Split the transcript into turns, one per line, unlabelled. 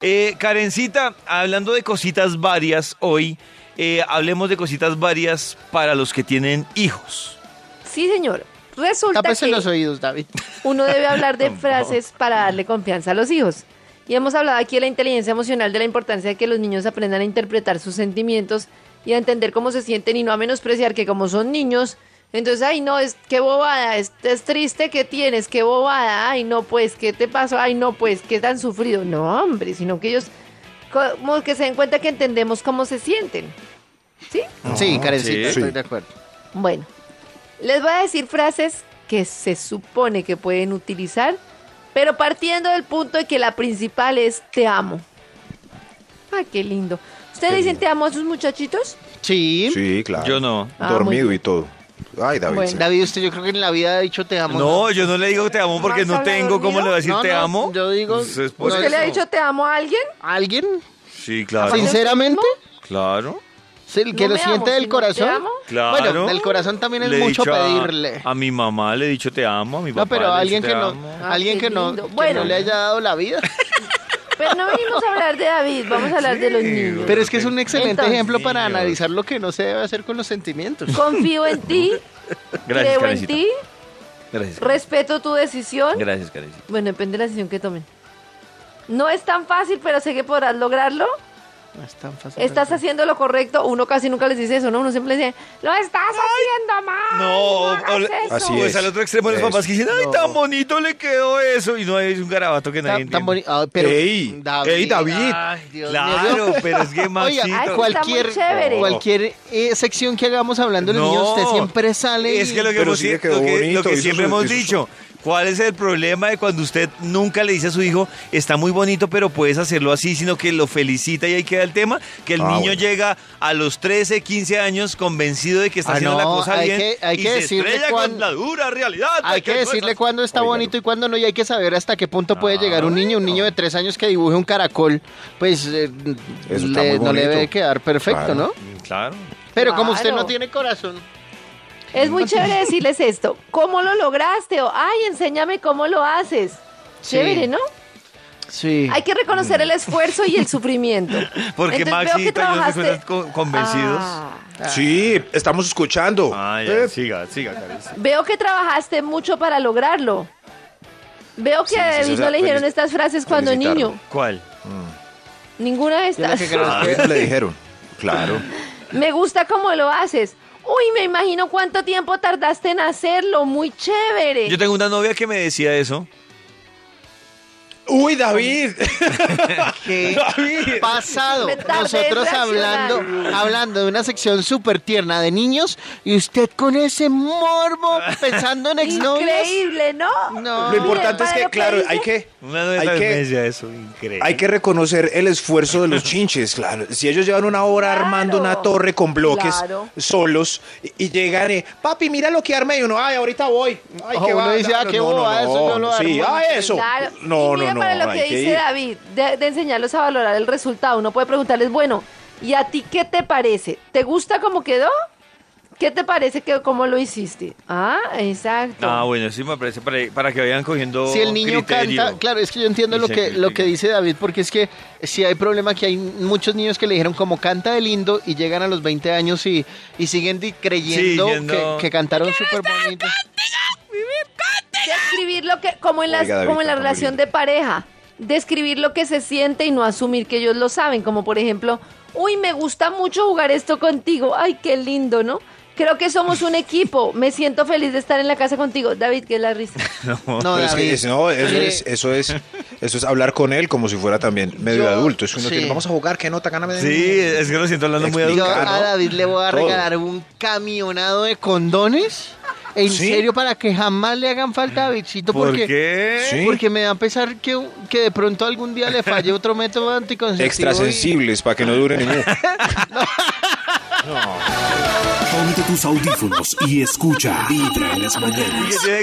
Eh, Karencita, hablando de cositas varias hoy, eh, hablemos de cositas varias para los que tienen hijos.
Sí, señor. Resulta
Tápese
que
los oídos, David.
uno debe hablar de frases para darle confianza a los hijos. Y hemos hablado aquí de la inteligencia emocional, de la importancia de que los niños aprendan a interpretar sus sentimientos y a entender cómo se sienten y no a menospreciar que como son niños, entonces, ay no, es qué bobada, es, es triste que tienes, qué bobada, ay no, pues, ¿qué te pasó? Ay no, pues, qué tan sufrido. No, hombre, sino que ellos como que se den cuenta que entendemos cómo se sienten. ¿Sí?
Sí, Karencita,
sí.
estoy
Sí.
de acuerdo.
Bueno, les voy a decir frases que se supone que pueden utilizar, pero partiendo del punto de que la principal es te amo. Ah, qué lindo. ¿Ustedes dicen te amo a sus muchachitos?
Sí.
Sí, claro.
Yo no.
Ah,
Dormido
muy
y todo. Ay, David.
Bueno.
sí.
David, usted yo creo que en la vida ha dicho te amo.
No, yo no le digo te amo porque
¿Más
no
habla
tengo cómo le voy a decir
No,
te
no,
amo.
yo digo-
Pues es por
Pues
¿Usted le ha
eso.
dicho te amo a alguien?
¿Alguien?
Sí, claro.
¿Aparte de usted
¿Sinceramente?
mismo?
Claro.
Sí, el que
No
lo
me
siente
amo,
del
sino te
corazón.
amo.
Claro.
Bueno, del corazón también es
Le he
mucho
dicho a-
pedirle.
A, mi mamá le he dicho te amo, a mi papá
no, pero
le he dicho
alguien
te
que no,
amo.
Ah,
alguien
qué
que no,
lindo.
que
Bueno.
no le haya dado la vida.
Pero no vinimos a hablar de David, vamos a hablar de los niños.
Pero es que es un excelente
Entonces-
ejemplo para
Niños.
analizar lo que no se debe hacer con los sentimientos.
Confío en ti,
Gracias,
creo en
Karencita.
ti,
Gracias.
respeto tu decisión.
Gracias, Karencita.
Bueno, depende de la decisión que tomen. No es tan fácil, pero sé que podrás lograrlo.
No es tan fácil.
Estás
David.
haciendo lo correcto. Uno casi nunca les dice eso, ¿no? Uno siempre les dice, lo estás haciendo mal.
No,
No,
o- o-
hagas eso".
así
Pues
es.
al otro extremo los
Eso.
papás que dicen, ay,
No.
tan bonito le quedó eso. Y no hay un garabato que nadie
Tan, tan
entiende.
bonito. Ah, pero
Ey, ey, David.
Ay, Dios mío.
Claro, pero es que
Oiga,
Maxito. Oh.
Ay, cual-
cualquier,
Está muy chévere.
cualquier eh, sección que hagamos hablando de los
No.
niños, usted siempre sale.
Es
y-
que lo que,
Pero
hemos-
sí le
lo
quedó
que- lo
bonito,
que
hizo
siempre
su-
hemos
hizo su-
dicho. ¿Cuál es el problema de cuando usted nunca le dice a su hijo, está muy bonito, pero puedes hacerlo así, sino que lo felicita y ahí queda el tema? Que el
Ah,
niño
bueno.
llega a los 13, 15 años convencido de que está
Ah,
haciendo
no,
la cosa
hay
bien
que- hay
y
que
se
decirle
estrella con
cuán-
la dura realidad. de
Hay que
no es
decirle
así.
cuándo está
Oiga, Ah,
bonito y cuándo no, y hay que saber hasta qué punto puede llegar un niño. Un niño de tres años que dibuje un caracol, pues eh,
Eso está
le-
muy
no le
bonito.
debe quedar perfecto,
Claro.
¿no?
Mm, Claro.
Pero como usted
Claro.
no tiene corazón,
Es muy chévere decirles esto. ¿Cómo lo lograste? O, ay, enséñame cómo lo haces.
Sí.
Chévere, ¿no?
sí.
Hay que reconocer el esfuerzo y el sufrimiento.
Porque
Entonces,
Maxito
veo que
y yo nos
trabajaste.
fuimos con- convencidos.
Ah.
Sí, estamos escuchando.
Ah, ya,
Eh,
siga, siga, Karencita.
Veo que trabajaste mucho para lograrlo. Veo que a
sí,
David
o sea,
no le dijeron
felici-
estas frases cuando
felicitarlo.
niño.
¿Cuál?
Ninguna de
Yo la
estas.
que creo
¿A
que-
qué no le dijeron? Claro.
Me gusta cómo lo haces. Uy, me imagino cuánto tiempo tardaste en hacerlo. Muy chévere.
Yo tengo una novia que me decía eso.
Uy, David.
¿Qué
David.
pasado?
Me tardé en
Nosotros
reaccionar.
hablando, hablando de una sección súper tierna de niños y usted con ese morbo pensando en exnovias.
Increíble, ¿no?
No.
Lo importante es
Mire,
que,
para
claro,
lo que
hay
dice-
que,
Una novia
hay
también me
que,
decía eso, increíble.
hay que reconocer el esfuerzo de los chinches, claro. Si ellos llevan una hora
Claro.
armando una torre con bloques
Claro.
solos y, y llegan, eh, papi, mira lo que armé y uno, ay, ahorita voy. Ay,
Ojo,
qué
uno
va-
dice, ah,
no,
qué
no,
boba,
no,
eso yo lo
Sí,
armo.
ah, eso.
Claro.
No,
y mira
no, no.
para lo
hay
que dice
ir.
David, de, de enseñarlos a valorar el resultado. Uno puede preguntarles, bueno, ¿y a ti qué te parece? ¿Te gusta cómo quedó? ¿Qué te parece que cómo lo hiciste? Ah, exacto.
Ah, bueno, sí me parece para, para que vayan cogiendo.
Si el niño
criterio.
canta, claro, es que yo entiendo
Y
lo
se
que, lo que
critica.
dice David, porque es que si hay problema que hay muchos niños que le dijeron como canta de lindo y llegan a los 20 años y, y siguen di- creyendo
Sí, yendo-
que, que cantaron súper bonito.
Describir lo que, como en, las,
Oiga, David,
como en la
está muy
relación
lindo.
de pareja, describir lo que se siente y no asumir que ellos lo saben, como por ejemplo, uy, me gusta mucho jugar esto contigo, ay, qué lindo, ¿no? Creo que somos un equipo, me siento feliz de estar en la casa contigo. David, qué es la risa.
No,
Pero es que
David,
es- no, eso
mire,
es, eso es, eso es hablar con él como si fuera también medio
Yo-
adulto. Es uno que
sí.
vamos a jugar, qué nota, gáname.
Sí, es que lo siento hablando muy
yo
adulto.
Explica,
a
¿no?
David le voy a
Todo.
regalar un camionado de condones. En
¿Sí?
serio, para que jamás le hagan falta a Davidcito,
¿Por
porque,
qué?
Sí.
porque me da pesar que, que de pronto algún día le falle otro método anticonceptivo. y-
Extrasensibles para que no dure ningún.
Ponte tus audífonos y escucha Vibra en las mañanas.
Que tiene